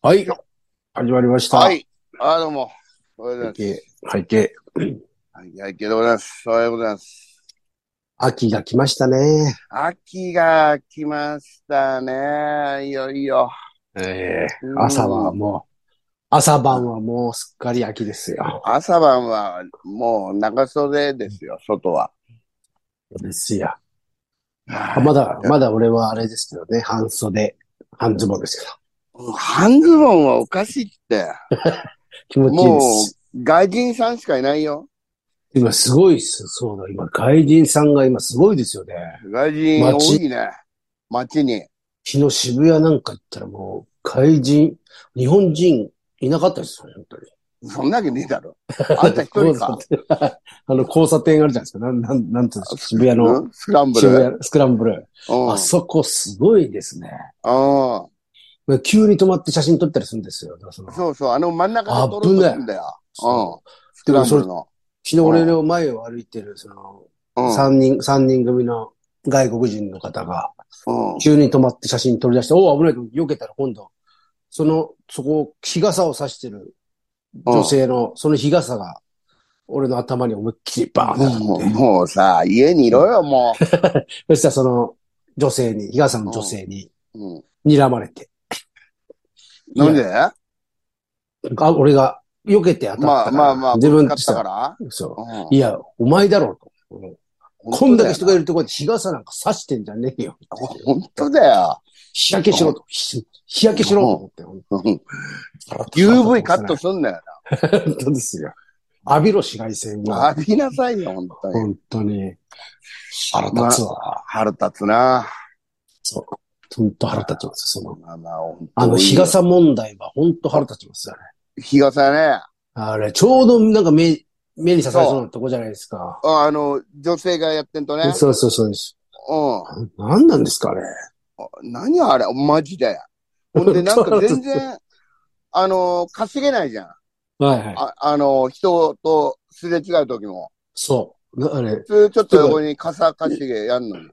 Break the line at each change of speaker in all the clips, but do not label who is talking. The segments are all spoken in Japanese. はい。始まりました。
はい。あ、どうも。おはようござ
背
い
景、背景。
ます。はい、ありがとうございます。おはようございます。
秋が来ましたね。
秋が来ましたね。いよいよ。
ええ
うん
朝は。もう、朝晩はもうすっかり秋ですよ。
朝晩はもう長袖ですよ、外は。
ですよ。あまだ、まだ俺はあれですけどね、半袖、半ズボンですか
半ズボンはおかしいって。
ら。気持ちいいで
も
す。
う、外人さんしかいないよ。
今すごいです。そうだ、今外人さんが今すごいですよね。
外人多いね。街に。
昨日渋谷なんか行ったらもう、外人、日本人いなかったですよ、本当に。
そんなわけねえ だろ。あんた一人か。
交差点 あの、交差点あるじゃないですか。なん、なん、なんていうんですか、渋谷の。
うんスクランブル。
渋谷、スクランブル。
うん。
あそこすごいですね。
うん。
急に止まって写真撮ったりするんですよ。だからその
そうそう、あの真ん中で撮ろうとするんだよ。
そ
うん。スクランブル
昨
の。
日俺の前を歩いてる、その、
うん。
三人、三人組の外国人の方が、
うん
急に止まって写真撮り出して、おお、危ないと思って避けたら今度、その、そこ、日傘を差してる女性の、その日傘が、俺の頭に思いっきりバーンって当たっ
もう
て
もうさ、家にいろよ、も
そしたらその、女性に、日傘の女性に、
う。うん。
睨まれて。
なんで
あ俺が、避けて当たっ
ま
た
あ
から。
まあまあ、
自分
買
と
っ
した
た
ら
か。ら
そう。
うん
いや、お前だろうと。こんだけ人がい
る。
るところで日傘なんか差してんじゃねえよ。
本当だよ。
日焼けしろと。ひ日焼けしろと思ってほん
うん
と。
UV カットすんなよ
本当ですよ。 浴びろ紫外線
な。
は。
浴びなさいよ、本当に。
本当に。腹立つわ。
腹立つな。
そう。本当腹立ちます。その、
まあまあ、本当に
あの日。傘問題は本当腹立ちますよね。
日傘ね。
あれ、ちょうどなんか目、目に刺されそうなとこじゃないですか。
ああの、女性がやってんとね。
そうそうそうです。
うん。
何なんですかね。
あ何あれ、マジで。ほん で、なんか全然、あの、かすげないじゃん。
はいはい。
ああの、人とすれ違う時も。
そう。なあれ、
普通、ちょっと横に傘かしげやんのに。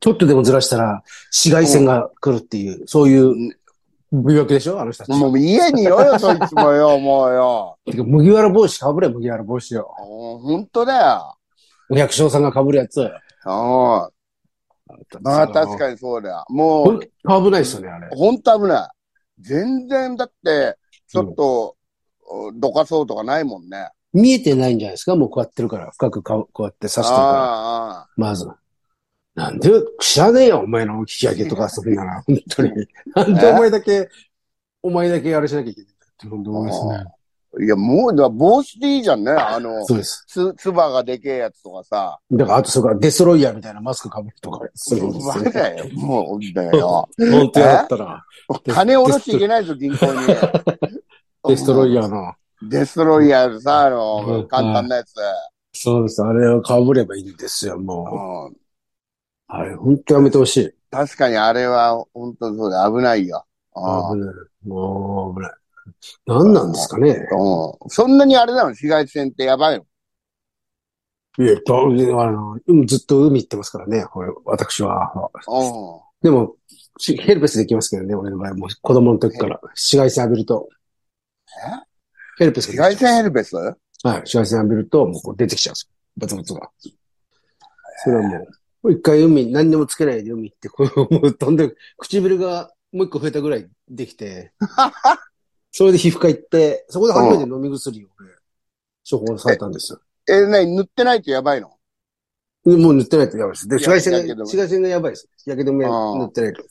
ちょっとでもずらしたら、紫外線が来るっていう、そういう、魅惑でしょあの人たち。
もう家にいろよ、そいつも よ、もうよ。
てか、麦わら帽子かぶれ、麦わら帽子よ。
ほんとだ
お百姓さんがかぶるやつ。
よ。うん。まあ、確
に。
かにそうだよ。も
ほん
う、
危ないですよね、あれ。
ほんと危ない。全然、だって、ちょっと、どかそうとかないもんね。
見えてないんじゃないですかもうこうやってるから。深くかこうやって刺してるから。
ああ、ああ。
まず。なんで、知らねえよ、お前の引き上げ とかするなら。本当に。なんでお前だけ、お前だけあれしなきゃいけないんだって本当思いますね。
いや、もう、だから帽子でいいじゃんね。あの、
そうです。
つ、つばがでけえやつとかさ。
だから、あとそれからデストロイヤーみたいなマスクかぶるとかするんです
バ
よ
カだよ。もう、だ よ。
本当やだったら。
金下ろしちゃいけないぞ、銀行 に。
デストロイ
ヤ
ヤーの。
ー。デストロイヤーさ、あ
う
の
ん、
簡単なやつ。
そうです。あれを被ればいいんですよ、もう。
うん
あれ、本当やめてほしい。危
確かにあれは、本当そうだ、危ないよ。うん
ない。もう、危ない。何なんですかね。
うんそんなにあれなの紫外線ってやばいの
いや、だあの、うんずっと海行ってますからね、これ私は。
う
でも、しヘルペスできますけどね、俺の場合もう子供の時から。紫外線浴びると。
え
ヘルペス
ん紫
が出てき
外
ちゃ
線ヘルペスう
う
ん
はい、紫外線浴びると、もうこう出てきちゃうんですよ。バツバツが。それはもう、一回海、何にもつけないで海行って、こう、もう飛んで、唇がもう一個増えたぐらいできて、それで皮膚科行って、そこで初めて飲み薬をね、処方されたんですよ。
え、なに塗ってないとやばいの
でもう塗ってないとやばいです。で、紫外線が、
いやだけど
紫外線がやばいです。日焼け止め塗ってないと。
い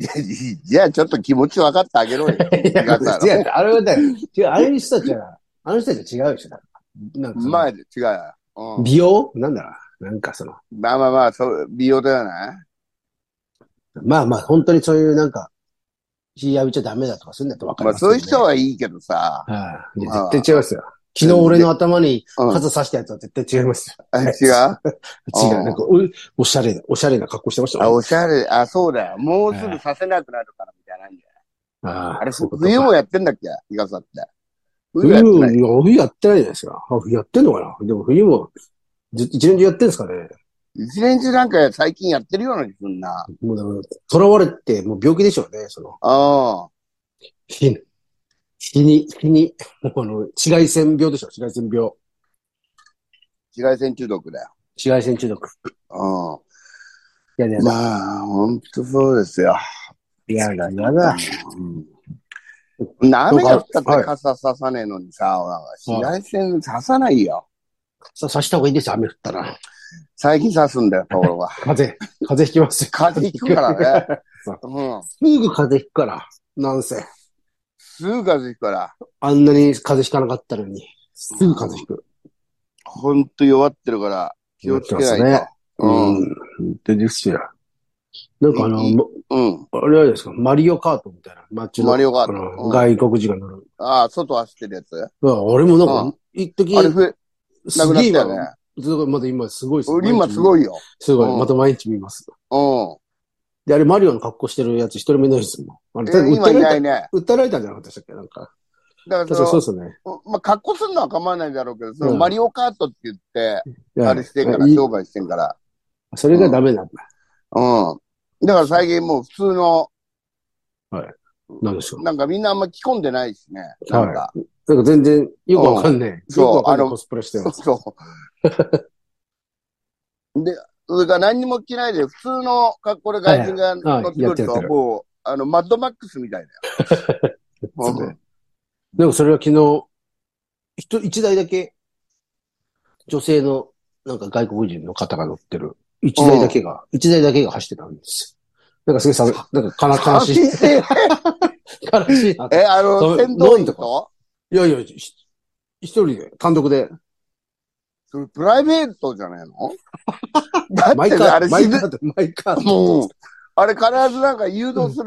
やいやちょっと気持ち分かってあげろ よ。
いや、
違う
違う、あれはだよ。違う、あれの人たちは、あの人たちは違うでしょ。だからなんかその、
前で違うよ。うん
美容なんだろうな。なんかその、
まあまあまあ、そう、美容だよね。
まあまあ、本当にそういうなんか、日浴びちゃダメだとか、そういうのだとわかり
まあ
ますけ
そう
ど
いう
ね
人はいいけどさ。
はい。いや
まあ
絶対違いますよ。昨日俺の頭に
うん。
傘差したやつは絶対違いますよ。
あ違
違
う
う。
うん
なんかお、おしゃれな、おしゃれな格好してました
あ、
よ。
おしゃれ。あ、そうだよ。もうすぐさせなくなるから、みたいなんだよ。
ああ
あれ、
そういうこと
冬
か
もやってんだっけ日傘って。冬やってない。
冬、いや冬やってないじゃないですか。あ冬やってんのかなでも冬も、ず一年中やってんですかね。
一年中なんか最近やってるような気分な。
もうだから、囚われて、もう病気でしょうね、その。
ああ。
ひ日に、日に、 もうあの、紫外線病でしょ、紫外線病。
紫外線中毒だよ。
紫外線中毒。
う
やだや
ん。
だ。
まあ、ほんとそうですよ。
やだやだ。
うん。雨が降ったっ
は
て
い
傘ささねえのにさ、なんか紫外線ささないよ。
さ、刺した方がいいですよ、雨降ったら。
最近さすんだよ、ところ が。
風邪、風邪ひきますよ。
風邪ひくからね
そう。
うん。
すぐ風邪ひくから。なんせ。
すぐ風邪ひくから。
あんなに風邪ひかなかったのに。すぐ風邪ひく。
ほんと弱ってるから、気をつけないと。
ね。
うん。
ん。でですよ。なんかあの、
いい
も
うん。
あれあれですか、マリオカートみたいな街の。
マリオカート
あの
うん
外国人が乗る。
ああ、外走ってるやつ。
あ俺もな
うん
か、一時
あれ増え、なくなったよね。
すごい、まだ今すごいです。
今すご
い。
いよ。
すご
う
い。
ん
また毎日見ます。
うん。
で、あれマリオの格好してるやつ一人もいないですもん。あれ、
え今いない
い。
ね。
訴えられたんじゃなかったでしたっけなんか。
だから
確か
そ
そう
の、
ですよね。
まあ、格好するのは構わないだろうけど、その
うん
マリオカートって言って、
いや
あれしてんから、
い
商売してんから。
それがダメなんだ。
うん。だから最近もう普通の、
なんでしょう。
なんかみんなあんま着込んでないしね。なんか。
なんか全然、よくわかんない。よ
そう
くわかんない
あの
コスプレして
そう
ます。
そう。で、それから何にも着ないで、普通の格好で外人が乗ってくる
はいはいはいやってるやっ
と、
てる
もう、あの、マッドマックスみたい だよ。
そう
うん
ねでもそれは昨日、一、一台だけ、女性の、なんか外国人の方が乗ってる。一台だけが、一台だけが走ってたんですよ。なんかすげえさ、なんか悲悲しい。悲しいな。
え、あの、
そう
先導員
飲んだ
と
かいやいや、ひ一人で、単独で。
それプライベートじゃないの だ
マ
っ
イ
て
カ
ね、あれ
ー、マイ
静
カーと、マイカーと。
もう、あれ必ずなんか誘導する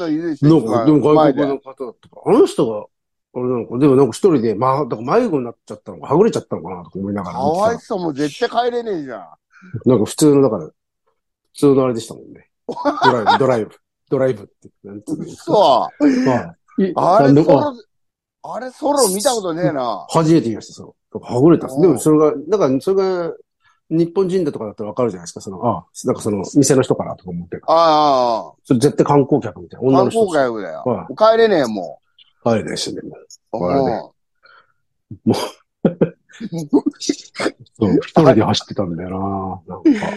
のいるでし
な
ょ
んか、でも外
前
国
で
の方だったから。あの人が、あれなのか、でもなんか一人で、まあ、だから迷子になっちゃったのか、はぐれちゃったのかなとか思いなが
からわ
見
い
て
そう、もう絶対帰れねえじゃん。
た。なんか普通の、だから、普通のあれでしたもんね。ドライブ、ドラ イブ、ドライブって。なんつうの
嘘。
はいい
あ
単
れ
独
ソロ、あれソロ見たことねえな。
初めて見ました、そう。はぐれたんです。
うん
でもそれが、だからそれが、日本人だとかだったらわかるじゃないですか、その、あなんかその、店の人かなとか思って。
あ
それ絶対観光客みたいな。
あ、
女
観
の人
光
です。
客だよ
は。
帰れねえも
あれでしたね。
ん。
わかるね
うん
そう、一人で走ってたんだよななん か。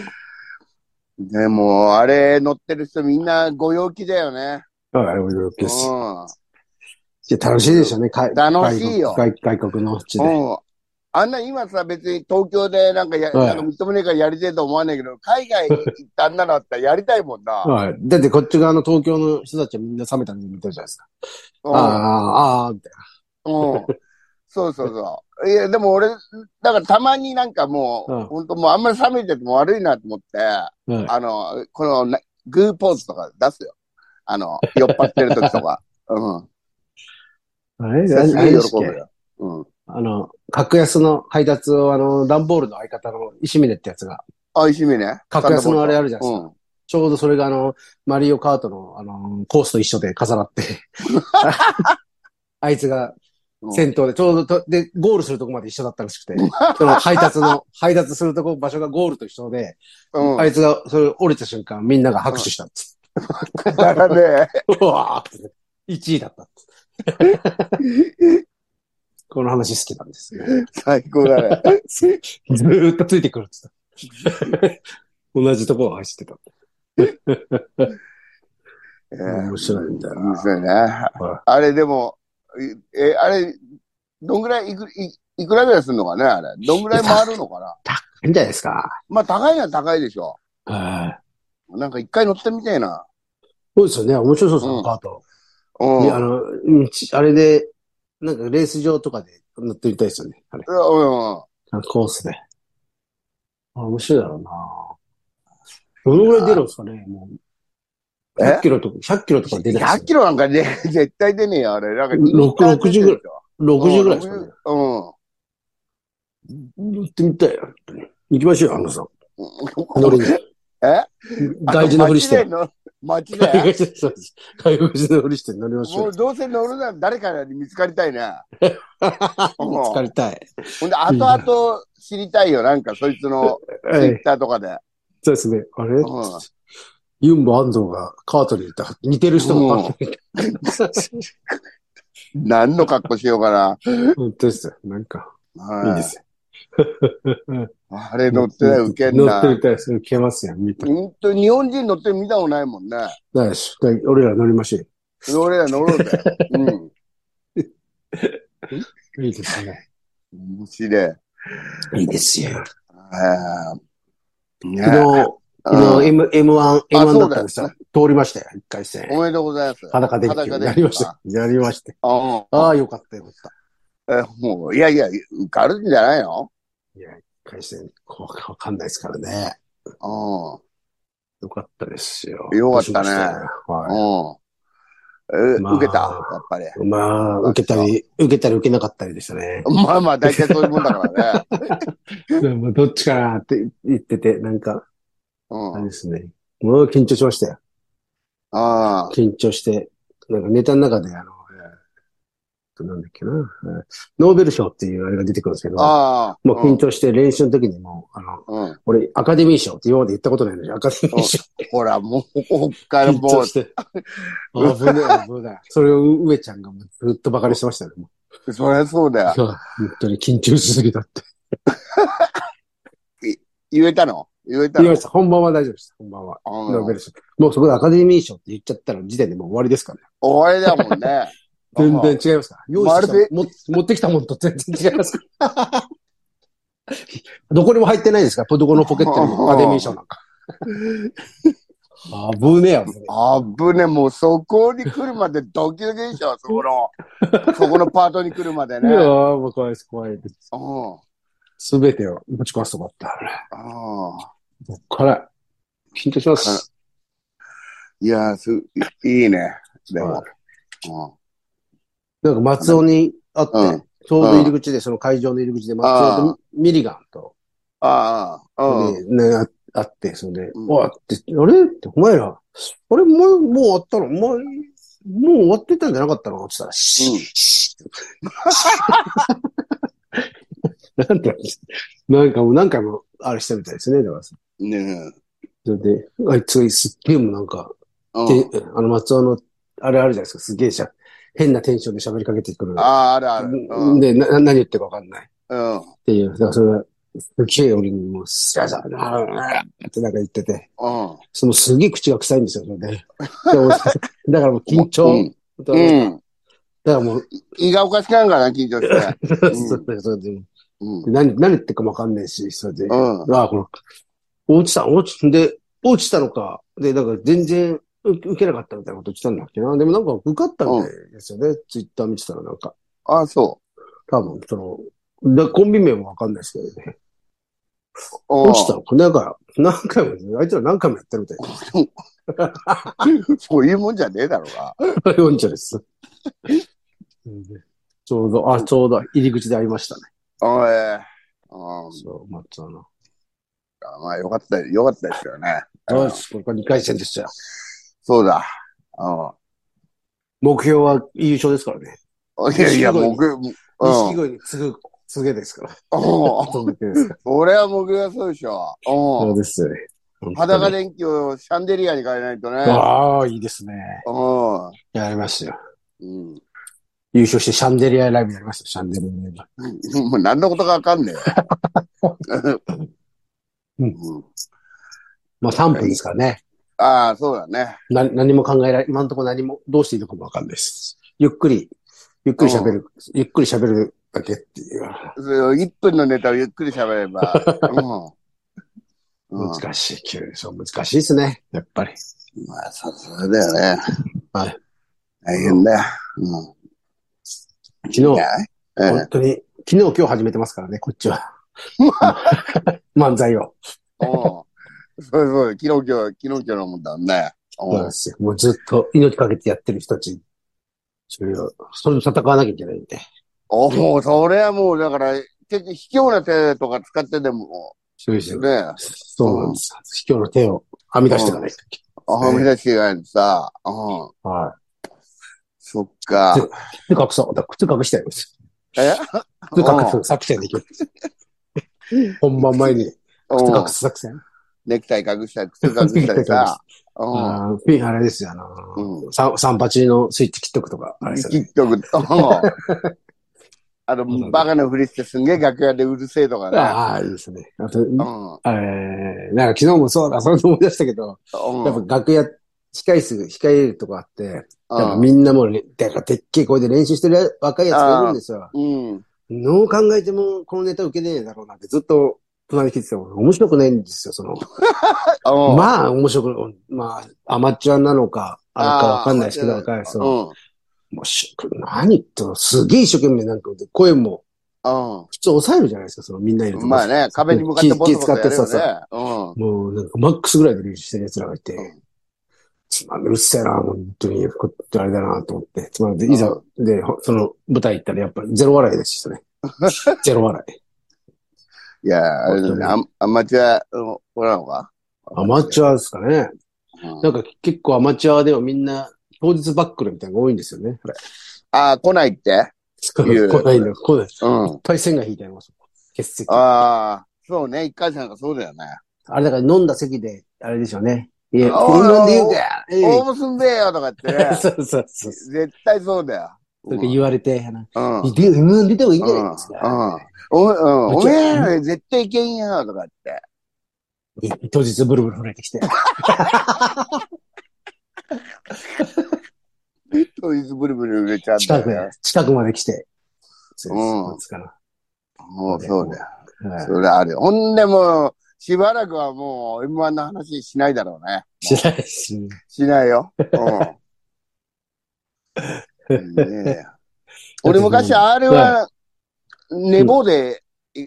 でも、あれ乗ってる人みんなご陽気だよね。
はい、あれもよ
う
けです。い
ん。
や、楽しいですよね、か
楽しいよ
外国外外国の地で。
うん。あんな今さ、別に東京でなんかや、
はい
なんか認めねえからやりてえと思わねえけど、海外行ったあんなのあったらやりたいもん な。
はい。だってこっち側の東京の人たちはみんな冷めた目で見てるじゃないですか。
うん
ああ、ああ、みたい
うん。そうそうそう。いや、でも俺、だからたまになんかもう、
うん
本当もうあんまり冷めてても悪いなと思って、
な。はい。
あの、このな、グーポーズとか出すよ。あの、酔っ払ってる時とか。 うん。
あれ
す
あれ
げえ
でした
喜
っ
ぶ
け
よ。うん。
あの、格安の配達を、あの、段ボールの相方の石峰ってやつが、
あ、石見ね。
格安のあれあるじゃないですか。
うん。
ちょうどそれがあの、マリオカートの、あの、コースと一緒で重な って、あいつが
うん
先頭で、ちょうどと、で、ゴールするとこまで一緒だったらしくて、その配達の、配達するとこ、場所がゴールと一緒で、
うん。
あいつがそれ降りた瞬間、みんなが拍手したっつ
だからね、
って。うわーって。1位だったっつって。この話好きなんですよ。
最高だ ね。
ずーっとついてくるっつった。同じとこを走ってた。
えー
面白いんだよ
面
な。
白いね。あれでも、いえ、あれ、どんぐらいいく、いいくらぐらいするのかねあれ。どんぐらい回るのか ない
いんじゃないですか。
まあ高いのは高いでしょ。
はい。
なんか一回乗ってみたいな。
そうですよね。面白そうです
うん
ね、カート。
うん。
いやあの、うんちあれで、なんかレース場とかで乗ってみたいですよね。あれ。
うん。
あのコースで。あ、面白いだろうな。どのぐらい出るんですかね、もう。
え
100キロとか、100キロとか出ない
100
です
キロなんかね、 絶対出ねえよ、あれ。なんか
6 60ぐらいよ。60ぐらいですかね。
うん。
乗ってみたいよ。本当に行きましょうよ、安野さん。乗り
俺
に。
え
外人のふり して。。
街で
外
乗
国人
街で。
そうです外国人のふりして乗りましょう
も
よ
う。どうせ乗るなら誰かに見つかり たいね。もう
疲れたい。
ほんで、後々知りたいよ、なんか、そいつのツイ
ええ
ッターとかで。
そうですね。あれ
うん
ユンボ安藤がカートにいた。似てる人もカートにいた。
何の格好しようかな。
本当ですよ。なんか、
はい
いですよ。
あれ乗ってない、ウケん
乗って
な。
みたいです。受けますよ。見た。
本当に日本人乗ってるの見たことないもんね。
ないです。で俺ら乗りましょう
俺ら乗ろ うぜ。うん。
よ。いいですね。
面白い。
いいですよ。
あーね
昨日、昨日 M、M1、
あ
M1
そ
だ
うだよ
ったんですよ。通りましたよ。一回戦。
おめでとうございます。
裸で
裸で
やりました。やりました。
あ
あ
あ
あ、よかったよかった。
えもう、いやいや、受かるんじゃないの
いや、一回戦、こうわかんないですからね。
うん。
よかったですよ。
よかったね
は
うん。え、
まあ
受けたやっぱり。
い。まあ、受けたり、受けたり受けなかったりでしたね。
まあまあ、大体そういうもんだからね。
まあどっちかなって言ってて、なんか、
う
あれ
ん。
ですね。もう緊張しましたよ。
ああ。
緊張して、なんかネタの中で、あの、えーなんだっけな、えーノーベル賞っていうあれが出てくるんですけど、も
ああ。
う緊張して練習の時にもう、あの、
うん。うん。
俺、アカデミー賞って今まで言ったことないのに、アカデミー賞
ほら、もう、こっから
緊
も
張して。あ危ない、危ない。それを上ちゃんがもうずっとバカにしてましたね。もう
う、そりゃそうだよ。
本当に緊張しすぎだって。
言えたの言えた
言い
の
ました。本番は大丈夫でした。本番は。ノーベ
うん
ル賞。もうそこでアカデミー賞って言っちゃったら時点でもう終わりですからね。
終わりだもんね。
全然違いますから。用意
まる
してきたも持ってきたものと 全然違いますから。 どこにも入ってないですから、どこのポケットにもアカデミー賞なんか。危ねえよ。
あぶね、もうそこに来るまでドキドキでしょ、そ この。そこのパートに来るまで
い
ね。
や
うん。
ー、もう怖いです、怖いです。すべてを持ち壊すとこあった。
う
こ
ん
っから、緊張します。
いやーす、いいね。で
は
も
い。なんか松尾に会って、
うん
ちょうど入り口で、その会場の入り口で松尾とミリガンと、
ああ、うん。
でね、あ会って、それで、
うん
わあって、あれって、お前ら、あれ、もう、もう終わったのお前、もう終わってたんじゃなかったのって言ったら、シ
うん
ッシッ なんてなんかもう何回もあれしたみたいですね、だからそ
ねえ。
れで、あいつすっげえもうなんか、
うん
で、あの松尾の、あれあるじゃないですか、すげえしゃ、変なテンションで喋りかけてくる。
ああ、あるある。うん。
で、な、何言ってるかわかんない。
うん。うん。
っていう、だからそれが、すげえ俺にもう、すやさ、あーってなんか言ってて、そのすげえ口が臭いんですよ、それで。で俺だからもう緊張、
うん。
だ
うん。
からもう、
胃がおかしくなるからな、緊張 して。
そうそうそうで
うん。
何、何言ってるかもわかんないし、それで。
うん。
ああ、この、落ちた、落ち、で、落ちたのか。で、なんか全然受受けなかったみたいなこと言ってたんだっけな。でもなんか受かったみたいですよね。ツイッター見てたらなんか。
ああ、そ
多分、その、だコンビ名もわかんないですけどね。
う。うん
落ちたのかだから、何回も、あいつら何回もやってるみたいな。
そういうもんじゃねえだろうが。
読んじゃうです。ちょうど、あ、ちょうど入り口で会いましたね。
おい。うん。
そう、松尾の。
まあ、よかった、よかったですよね。
よし、これが2回戦でしたよ。
そうだ。う
目標は優勝ですからね。
ん。いやいや、僕、うん。
錦鯉に次ぐ、次げですから。
うん
届けですか
俺は僕がそうでしょ。
ら。
うん
そう。ですよね。
裸
で。
電気をシャンデリアに変えないとね。
ああ、いいですね。
う
やりましたよ。
ん。
優勝してシャンデリアライブやりましたよ、シャンデリアライブ。
うん。もう何のことかわかんねえ
う
よ
ん。まあ3分ですからね。
ああ、そうだね。
な何も考えられ、今のところ何も、どうしていいのかもわかんないです。ゆっくり、ゆっくり喋る、ゆっくり喋るだけっていう。
それを1分のネタをゆっくり喋れ ば。うん。うん、
難しい、急にそう、難しいですね。やっぱり。
まあ、さすがだよね。
はい。
大変だよ。うん。
昨
い
日、
やええ
本当に、昨日今日始めてますからね、こっち は。漫才を。
うん。そうそう。昨日今日、昨日今日のもんだね。
そうなんですよ。もうずっと命かけてやってる人たち。それを、それと戦わなきゃいけないんで。
おお、それはもう、だから、結局、卑怯な手とか使ってでも、
そうですよ。
ね、
そうなんです。卑怯の手を編み出していかないといけ
あみ出してないのさ、うん。
ない。はい。
そっか。
靴隠そう。だから靴隠してやります。
え
靴隠す作戦でいきます。本番前に。
うん
靴
うん
隠す作戦。
ネクタイ隠したり、靴隠したり
ネクタイ隠
さ
す、
うん。
あーピン、あれですよ、あのー、三三八のスイッチ切っとくとか、あれですよね
切っとく と。うんあの
ん、
バカなふりしてすんげえ楽屋でうるせえとかね。
ああ、いいですね。あと、
うん。
えー、なんか昨日もそうだ、それで思い出したけど、
うん
やっぱ楽屋、控え室、控えるとこあって、やっぱ
うん
みんなもうね、だからでっけえ声で練習してる若いやつがいるんですよ。
うん。
どう考えてもこのネタ受けねえだろうなってずっと隣聞いてても面白くないんですよ、その。
うん
まあ面白く、まあアマチュアなのか、あれかわかんないですけど、
あー
若い人
う
は。
ん。
もうし何言ってんのすげえ一生懸命なんか声も普通抑えるじゃないですか、そのみんないる
う
と
ん。まあね、壁に向かってボソボソやるよね。うん。
もうなんかマックスぐらいで練習してる奴らがいて、
うん
つまんでうっせえな、本当に、こあれだなと思って、つまんで、いざ、で、ほその舞台行ったらやっぱりゼロ笑いですしね。 ゼロ笑い。
いや、あれだね、アアマチュアの子なのか
アマチュアですかね。
うん
なんか結構アマチュアではみんな当日バックルみたいなのが多いんですよね。あれ
ああ、来ないっていや
来ないの、来ない。いっ
うん。
ぱい線が引いてあります。欠席。あ
ああ、そうね、一回戦なんかそうだよね。
れだから飲んだ席で、あれでしょうね。いや、
あー
こんなんで言うかえ
大
い
結んべえよとか言ってね。
そうそうそう。
絶対そうだよ。
なんか言われて、なんか
うん。うん。
で M1 出た方がいいんじゃないです
う
か
ん。。おうん
う
お
ちは
めえら絶対いけんよとか言って。
当日ブルブル震えてきて。
当日ブルブル売れちゃうんだ
近
よ
く
ね。、
近くまで来て。そううんですから。
もうそうだよ。
はい
それあるよ。ほんでもう、しばらくはもう M1 の話しないだろうね。
しないし。
しないよ。うん。 ねえ俺昔 R1、寝坊でい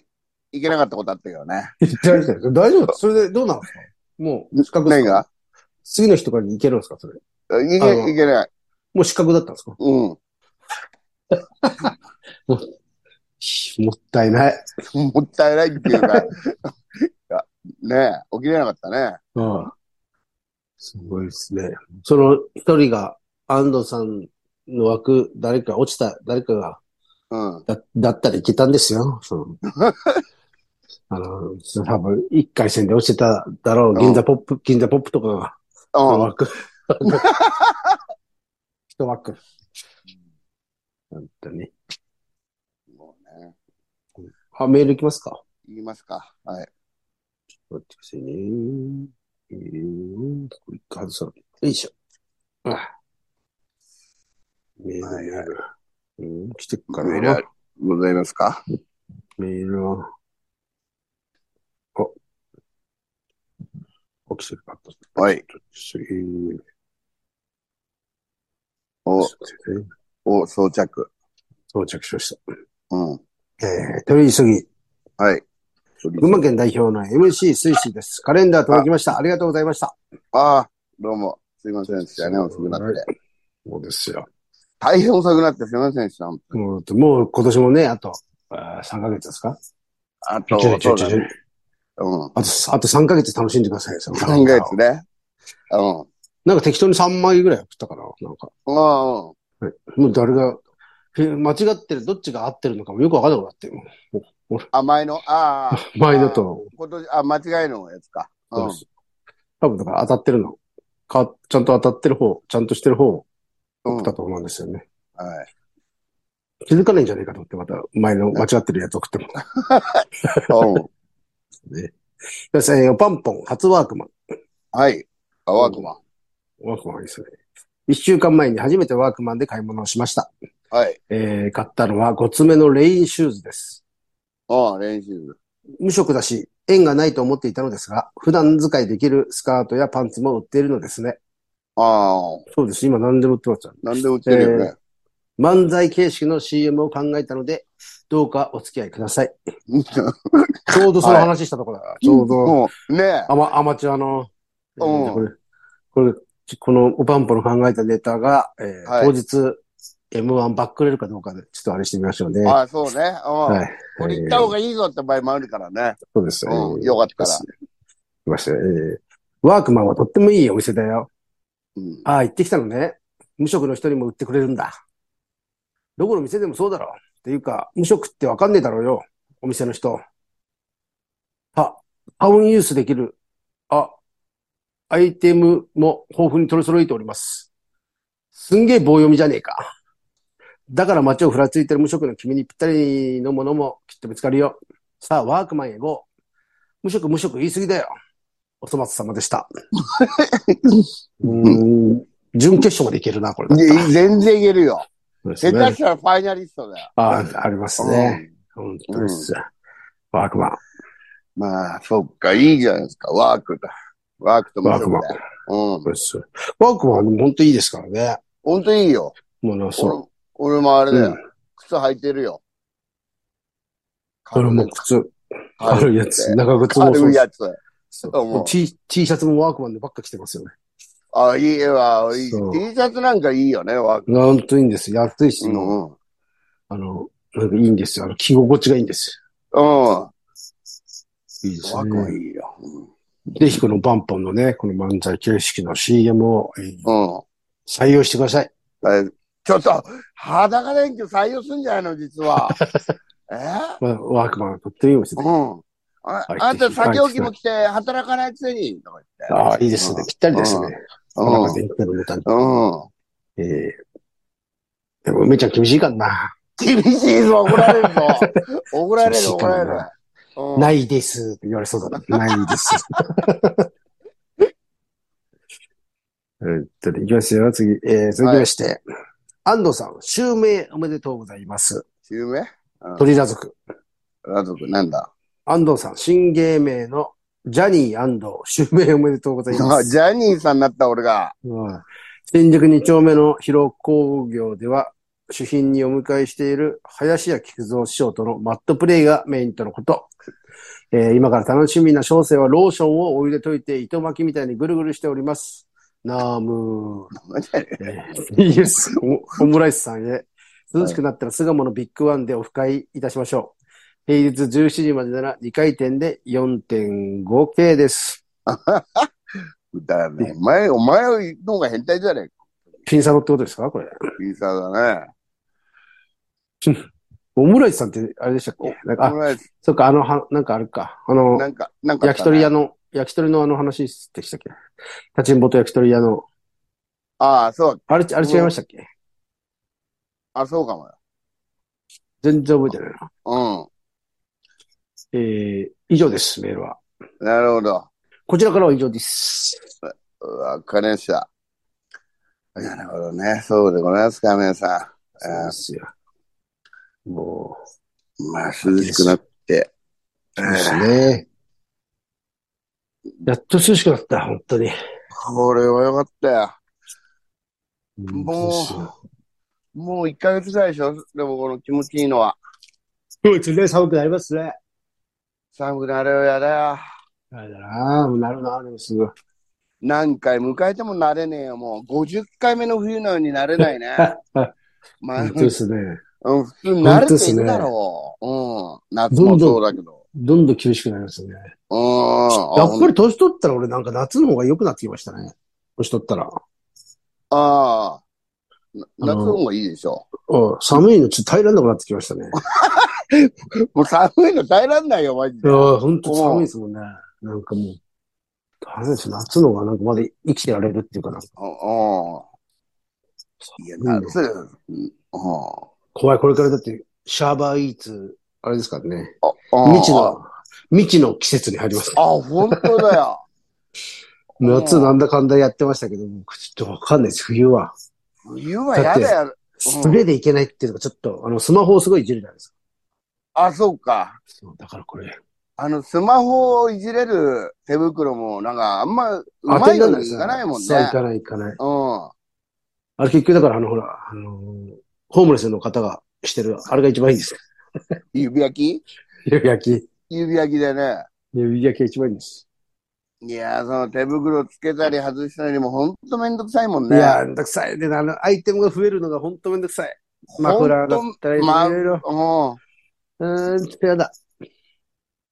いけなかったことあったけどね。
大丈夫大丈夫それでどうなんですかもう、失格です
何
か
が
次の日とかに行けるんですかそれ。
い
あの
け、いけない。
もう失格だったんですか
うん。も
もったいない。
ったいないっていうか。いやねえ、起きれなかったね。
うん。すごいですね。その一人が、安藤さんの枠、誰か、落ちた誰かが、
うん。
だ、だったらいけたんですよ。そ のあの、その多分、一回戦で落ちてただろう、
ん
銀座ポップ、銀座ポップとかが、一
うん。
枠。一枠。本当に。
もうね、
あ、メールいきますか。
言いますか。はい。
待ってくださいね。えー、これ一回外さない。よいしょ。あメール、
はい
メ
は
ー
い
ル。うん、来てっか
メ
な
ールあるございますか。
メールは。あ、起きてるか。
はい。
そういう
お、お、装着。
到着しまし
うん。
た。えー、取り急ぎ、
はい。
群馬県代表の MC スイシーです。カレンダー届きました。ありがとうございました。
ああ、どうも。すいませんでしたね、遅くなって。
そうですよ。
大変遅くなってすいませんでした。
もう、もう今年もね、あと、あー3ヶ月ですか
あと、
ちょいち
そ
ょいうちょ
だ
い
ね。うん。
あと、あと3ヶ月楽しんでください。そのカレン
3
ダーを
ヶ月ね。うん。
なんか適当に3枚ぐらい送ったかななんか。
うん。
もう誰が、え間違ってる、どっちが合ってるのかもよくわかんなくなってる。
あ、前の、ああ、
前だと、
今年、あ、間違いのやつか。
そう
う
で
ん。
す。多分だから当たってるの。か、ちゃんと当たってる方、ちゃんとしてる方を
うん
送ったと思うんですよね。
はい。
気づかないんじゃないかと思って、また前の間違ってるやつ送ってもらっ
うん。
た。ですね、パンポン、初ワークマン。
はい。あ、ワークマン。
ワークマンいいですね。一週間前に初めてワークマンで買い物をしました。
はい。
えー、買ったのは5つ目のレインシューズです。
うん、練習。
無色だし、縁がないと思っていたのですが、普段使いできるスカートやパンツも売っているのですね。
ああ、
そうです。今何でも売ってますよ。
なんでも売ってるよね。
漫才形式の CM を考えたので、どうかお付き合いくだ さい。ちょうどその話したところだ。ちょうど、
うん。ねえ。
アマ、アマチュアの、えー
うん
これ、これ、このおパンポの考えたネタが、えー
はい
当日、M1 バックれるかどうかで、ちょっとあれしてみましょうね。
ああ、そうね。うん。
はい。
これ行った方
いい。
がいいぞって場合もあるからね。
そうです。
うん。
えー
よかったら。
いましたね。えーワークマンはとってもいいお店だよ。
うん。
ああ、行ってきたのね。無職の人にも売ってくれるんだ。どこの店でもそうだろう。っていうか、無職ってわかんねえだろうよ。お店の人。あ、タウンユースできる。あ、あアイテムも豊富に取り揃えております。すんげえ棒読みじゃねえか。だから街をふらついてる無職の君にぴったりのものもきっと見つかるよ。さあ、ワークマンへ GO! 無職無職言い過ぎだよ。お粗末様で した。うーん準決勝までいけるな、これだったら。
い全然いけるよ。
そうです
下手
ね
したらファイナリストだよ。
あーありますね。本当です。ワークマン。
うんまあ、そっか、いいじゃないですか。ワークだ。ワークと無職だよ
ワー
うん。
そうです。ワークマンは本当いいですからね。
ほんといいよ。
ものそう。
俺俺もあれだよ。
うん
靴履いてるよ。
俺も靴、
軽
軽
い
い
や
や
つ
つ、長靴も
軽いやつ。
そう
と思う
T, T シャツもワークマンでばっか着てますよね。
あ、いいわ、いい。T シ
そう
ャツなんかいいよね、ワーク。
本当いいんです。安いし、
うん。うん。
あの、なんかいいんですよ。あの、着心地がいいんです
ワ
よ。いいです
ークも
ね。
いいよ。
ぜひこのバンポンのね、この漫才形式の CM をえー
うん。
採用してください。
えちょっと、裸電球採用すんじゃないの、実 は。え
まあワークマンはとってもいいお店で。
うん。ああんた先置きも来て、働かないくせに、とか言って。
ああ、いいですね。ぴったりですね。
うん
なんか全体のネタに。
うん。
えーでも、梅ちゃん厳しいからな。
厳しいぞ、怒られる ぞ。怒ら
厳
れる、
しい
怒
からら
れる
な。
うん
ないですって言われそうだな。ないです。 えっと、いきますよ、次。えー、続きまして、安藤さん、襲名おめでとうございます。
襲名
鳥ラ族。
家族、なんだ
安藤さん、新芸名のジャニー安藤、襲名おめでとうございま
あ
す。
ジャニーさんになった俺が。
うん新宿2丁目の広尾工業では、主賓にお迎えしている林家菊蔵師匠とのマットプレイがメインとのこと。えー今から楽しみな小生はローションをお湯で溶いて糸巻きみたいにぐるぐるしております。ナームー。イエス、オオムライスさんへ。涼しくなったら巣鴨のビッグワンでオフ会いたしましょう。平日17時までなら2回転で 4.5K です。
だね。お前、お前の方が変態じゃねえか。
ピンサロってことですかこれ。
ピーサーだね。
オムライスさんってあれでしたっけなんか、あ
オムライス
そっか、あのは、なんかあれか。あの、
なんか、なんかあっ
焼き
たね、
鳥屋の、焼き鳥のあの話でしたっけ立ちんぼと焼き鳥屋の。
ああ、そう、
あれ、あれ違いましたっけ
あ、そうかもよ。
全然覚えてないな。
う
えー、以上です、メールは。
ん。なるほど。
こちらからは以上です。
わかりました。なるほどね。そうでございますか、皆さ
そうですよ。も
ん。まあ、涼しくなって。
う、ですね。やっと涼しくなった、本当に。
これはよかったよ。もう
そ
もう1ヶ月ぐらいでしょでもこの気持ちいいのは。
うですね、寒くなりますね。
寒くなるよ、やだよ。
あれだな、もうなるな、でもすぐ。
何回迎えてもなれねえよ、もう。50回目の冬なのになれな いね。まあ、う
本
ん
当ですね。
普通に慣れているだろう。うん。夏もそうだけど。
どんどん厳しくなりますよね。
うん。
やっぱ
り。
り年取ったら俺なんか夏の方が良くなってきましたね。年取ったら。
ああ。な夏の方がいいでしょ。
うん、寒いのちょっと耐えられなくなってきま したね。
もう寒いの耐えらんないよ、マジ
い
で
や。ー、ほんと寒いですもんね。なんかもう、あれですよ夏の方がなんかまだ生きてられるっていうかなんか。
うん。いや、
うん
夏。うん。
怖い、これからだって、シャーバーイーツ、あれですからね。
あ
未知。の、未知の季節に入ります
あ、。本当だよ。
夏なんだかんだやってましたけど、もうちょっとわかんないです、冬は。
冬はやだよ。
素手でいけないっていうのがちょっと、あの、スマホをすごいいじるじゃないですか。
あ、そうか。
そう、だからこれ。
あの、スマホをいじれる手袋も、なんか、あんま、うまいようにいかないもんね。
そう、いかないいかない。
うん。
あれ結局だからあのほら、あのーホームレスの方がしてる、あれが一番いいんですよ。
指焼き
指焼き。
指焼きでね。
指焼きが一番いいんです。
いやー、その手袋つけたり外したりも、ほんとめんどくさいもん
い
ね。
やー、めんどくさい。で、あの、アイテムが増えるのが本当めんどくさい。マフラーだったらい
ま
ろいろ。
うん。
うーん、ちょっとやだ。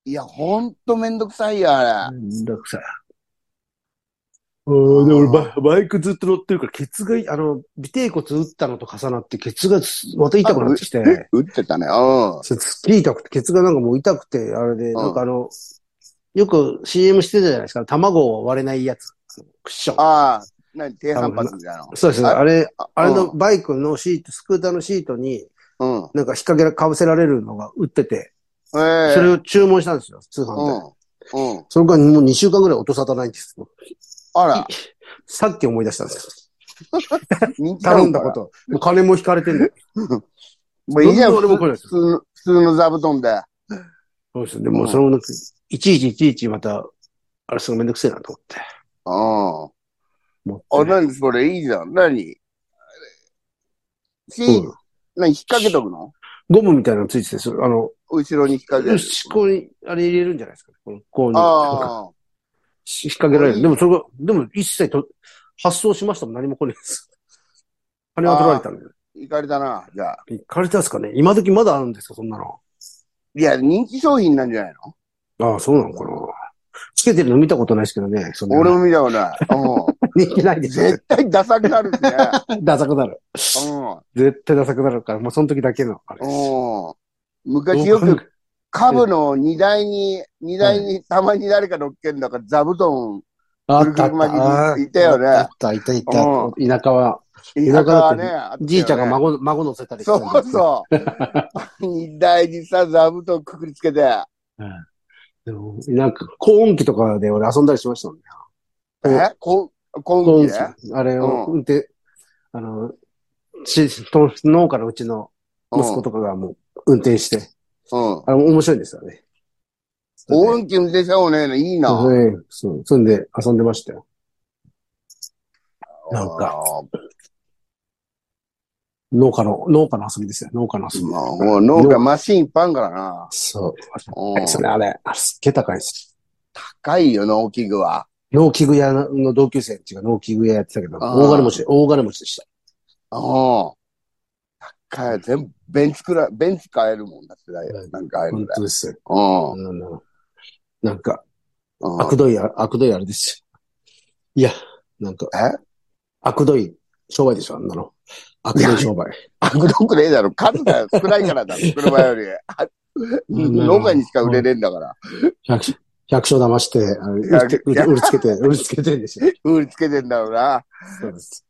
いや、ほんとめんどくさいよ、あれ。
めんどくさい。うん、で、俺バ、バイクずっと乗ってるから、ケツがい、あの、尾てい骨打ったのと重なって、ケツがまた痛くなってきて、
え打ってたね。うん。
そうすっきり痛くて、ケツがなんかもう痛くて、あれで、
ん
なんかあの、よく CM してたじゃないですか、卵を割れないやつ。クッション。
ああ、なに、低反発みたいな。
そうですね。
あ
あれ、あれの
う
バイクのシート、スクーターのシートに、
うん。
なんか引っ掛けら、かぶせられるのが売ってて、
ええ
それを注文したんですよ、通
う
販で。
ん。うん。
それからもう2週間ぐらい音沙汰ないんですよ。
あら、
さっき思い出したんです
人気
よ。頼んだこ。と。もう金も引かれてんだよ。
もういいじゃん、
どんどん俺もこれ
普通の、普通の座布団で。
そうですね。でもその、いちいちいちいちまた、あれすごいめんどくせえなと思って。
うん。
もう
あ、なにそれいいじゃん。なにし、
うん
なに引っ掛けとくの
ゴムみたいなのついてて、それあの、
後ろに引っ掛ける。
しここに、あれ入れるんじゃないですか。この、こうに、なんか
ああ。
引っ掛けられる。でもそれが、でも一切と、発送しましたもん何も来ないです。金は取られたんで。
行かれたな、じゃあ。
行かれたんですかね今時まだあるんですかそんなの。
いや、人気商品なんじゃないの
ああ、そうなのかな。つけてるの見たことないですけどね。そんな
俺も見たことない。う
見てないで
ん。
すね。
絶対ダサくなるしね。
ダサくなる。絶対ダサくなるから、もうその時だけの、あれで
う
す。
ん。うん。昔よくカブの荷台に、荷台にたまに誰か乗っけんだから座布団、
あったあ
ぐるぐる巻き
った。
いたよね
あった、いたいた。田舎は、
田舎はね、
田
あったよね
じいちゃんが孫、孫乗せたりして
そうそう。荷台にさ、座布団くくりつけて。
でもなんか、高音機とかで俺遊んだりしましたもんね。
えこ
高
こ
音
ん
機
ね。
あれを
う
運転、あの、し、と、農家のうちの息子
と。
とかがもう運転して、
うん。
あれも面白いんですよね。
大運気運転した方がね、いいな。
はい、そう。そんで遊んでましたよ。なんか、農家の、農家の遊びですよ。農家の遊び。
まあ、もう農家マシンいっぱいあんからな。
そう。
うん
それあれ、あれすっげえ高いです。
高いよ、農機具は。
農機具屋の同級生たちが農機具屋やってたけど、
あー
大金持ちで、大金持ちでした。
うん。高い。全部、ベンツくらい、ベンツ買えるもんだって、だいなんか買える
本
んだ
当ですよ。
よ。
あのなんか、
うん。
悪どいあ、悪どいあれですよ。いや、なんか、
え
悪どい商売でしょ、あんなの。悪どい商売。
悪毒ねえだろ。数が少ないからだろ、車より。あ農家にしか売れねえんだから。
百姓、百姓騙して、あの売
や
り売り売りつけて、売りつけてん ですよ。
売りつけてんだろうな。
そうです。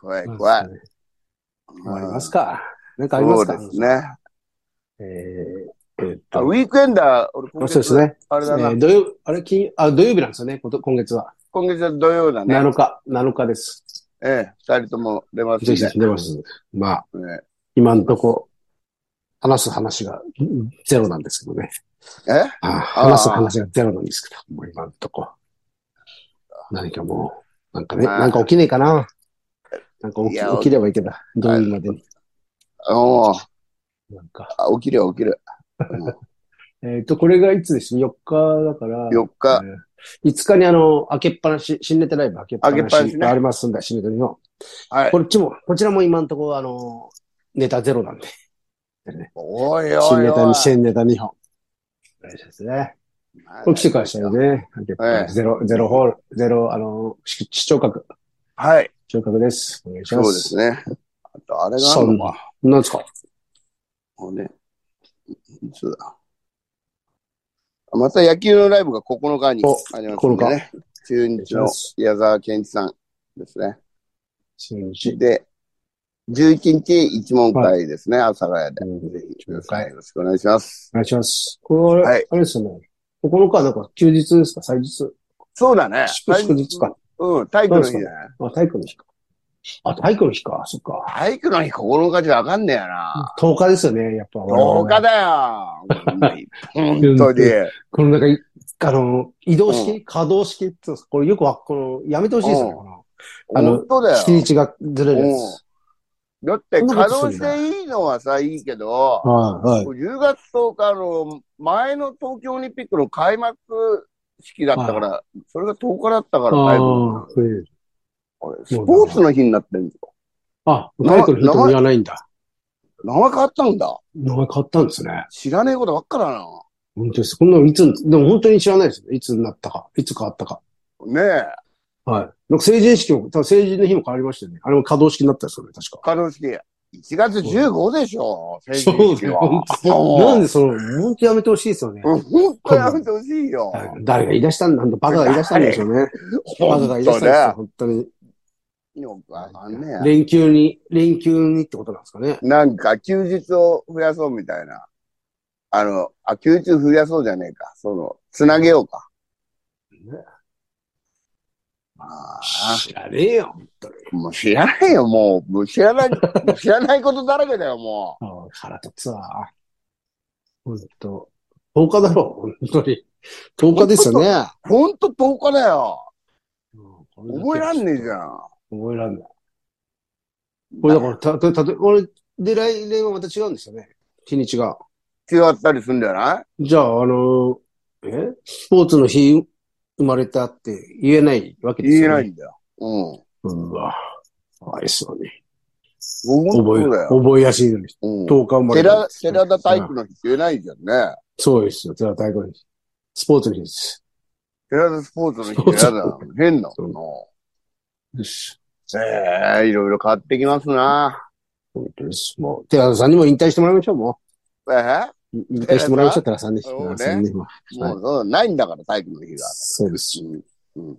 怖い、怖い。
ありますか。なんかあります
そう
か
です。ね。
えーえーっ
あ
と
ウィークエンダー、俺今
あ
月
そうですね。
あれだな
えー、土曜、あれ、金、あ、土曜日なんですよね、こと今月は。
今月は土曜だね。
7日、7日です。
ええ、二人とも出ます
ぜ
ね。
ひぜひ出ます。まあ、
ね
今んとこ、話す話がうんゼロなんですけどね。
え
ああ
ああ
話す話がゼロなんですけど、もう今んとこ。何かもう、なんかね、
ああ
なんか起きねえかな。なんか起
い
き
や
起きればいいけど、土曜日までに。
おー
なんか。
あ起きるよ起きる。
えっ、と、これがいつですね ?4 日だから。
4日。
えー5日にあの、開けっぱなし、新ネタライブ開けっぱ
開けっぱな
な
し
し
ね
がありますんで、新ネタの。
はい。
こっちも、こちらも今んところあの、ネタゼロなんで。
おいおいおい。
新ネタに、新ネタ2本。お願いしますね。これ来てくださいね。開けっぱなしゼロ、ゼロホール、ゼロ、あの、し視聴覚、
はい。
視聴覚です。お願いし
そ
ま
う
す。
ですね。あと、あれがあ
そ
る
ん
のか。
なんですか
もうね。いつだ。また野球のライブが9日に
お
ありますんでね。中日の矢沢健一さんですね。
新日。
で、11日一問会ですね、朝ヶ谷で。ぜひ
了解
よろしくお願いします。
お願いします。これ、
はい
あれですよね。9日はなんか休日ですか祭日。
そうだね。
祝祝日か。
うん、体育の日じゃない。
あ、体育の日か。あ、体育の日か。そっか。
体育の日9日じゃわかんねえよな。
10日ですよね、やっぱ。
10日
だ。
だよ。本当に。
このなんか、あの、移動式、可動式って言うんですかこれよくわ、この、やめてほしいですね、
うん
この。あの
本当だ
7
よ。
日がずれるやつ。
だって、稼働していいのはさ、いいけど、
はい、はい。
10月10日の前の東京オリンピックの開幕式だったから、それが10日だったから、だいぶ
ああ、ええ
あれスポーツの日になってんの
あ、タイトルヒットも言わないんだ。
名前変わったんだ。
名前変わったんですね。
知らねえことばっかだな。
本当です。こんなのいつ、でも本当に知らないですね。いつになったか、いつ変わったか。
ねえ、
はい。なんか成人式も、多分成人の日も変わりましたよね。あれも可動式になったんですよね、確か。
可動式。 1月15でしょ、成
そ
人
う
式
だよ
は。
本
も
なんでその、本当やめてほしいですよね。
うん本当やめてほしいよ。
誰が言い出したんだ、バカが言い出したんでしょうね。バカが言い出したんですよ、本当に。
よくわかんねえ。
連休に、連休にってことなんですかね。
なんか休日を増やそうみたいな。あの、あ、休日増やそうじゃねえか。その、つなげようか。
ね
あ
知らねえよ。
あ、もう知らないよ、もう。もう知らない、知らないことだらけだよ、も
ああ腹立つわ。ほんと。10日だろ、本当に。10日ですよね。
う。ほんと10日だよ。覚
覚
えらんねえ
じゃん
じゃん。
覚えらんない。これだから、た、た、たと、俺、で、来年はまた違うんですよね。日にちが。
違ったりするんじゃない
じゃあ、あの、えスポーツの日、生まれたって言えないわけです
言え
よ、
な
ね。
いんだよ。うん。
うわ。かわいそうに。
僕も
覚え、
そうだよ。
覚えやすいのに。
うん。
10日生まれた
寺、寺田体育の日言えないじゃんね。
そうですよ。寺田大根です。スポーツの日です。
寺田スポーツの日嫌だな。変なの。
よし。
ええいろいろ買ってきますな。
本当です。もう、寺田さんにも引退してもらいましょう、も
え
う。引退してもらいましょう、寺田さんに。
そ
寺
うね
田さんにも。
えもう、そうないんだから、体育の日が。
そうです。
うんうん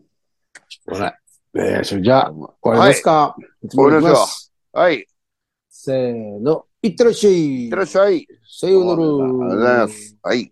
ほら。えー、それじゃあ、終わり
は
ます
い。
か。いつもの行きます
はい。い
せーの。いってらっしゃい
ってらっしゃい。
さようなら。
ありがとうございます。はい。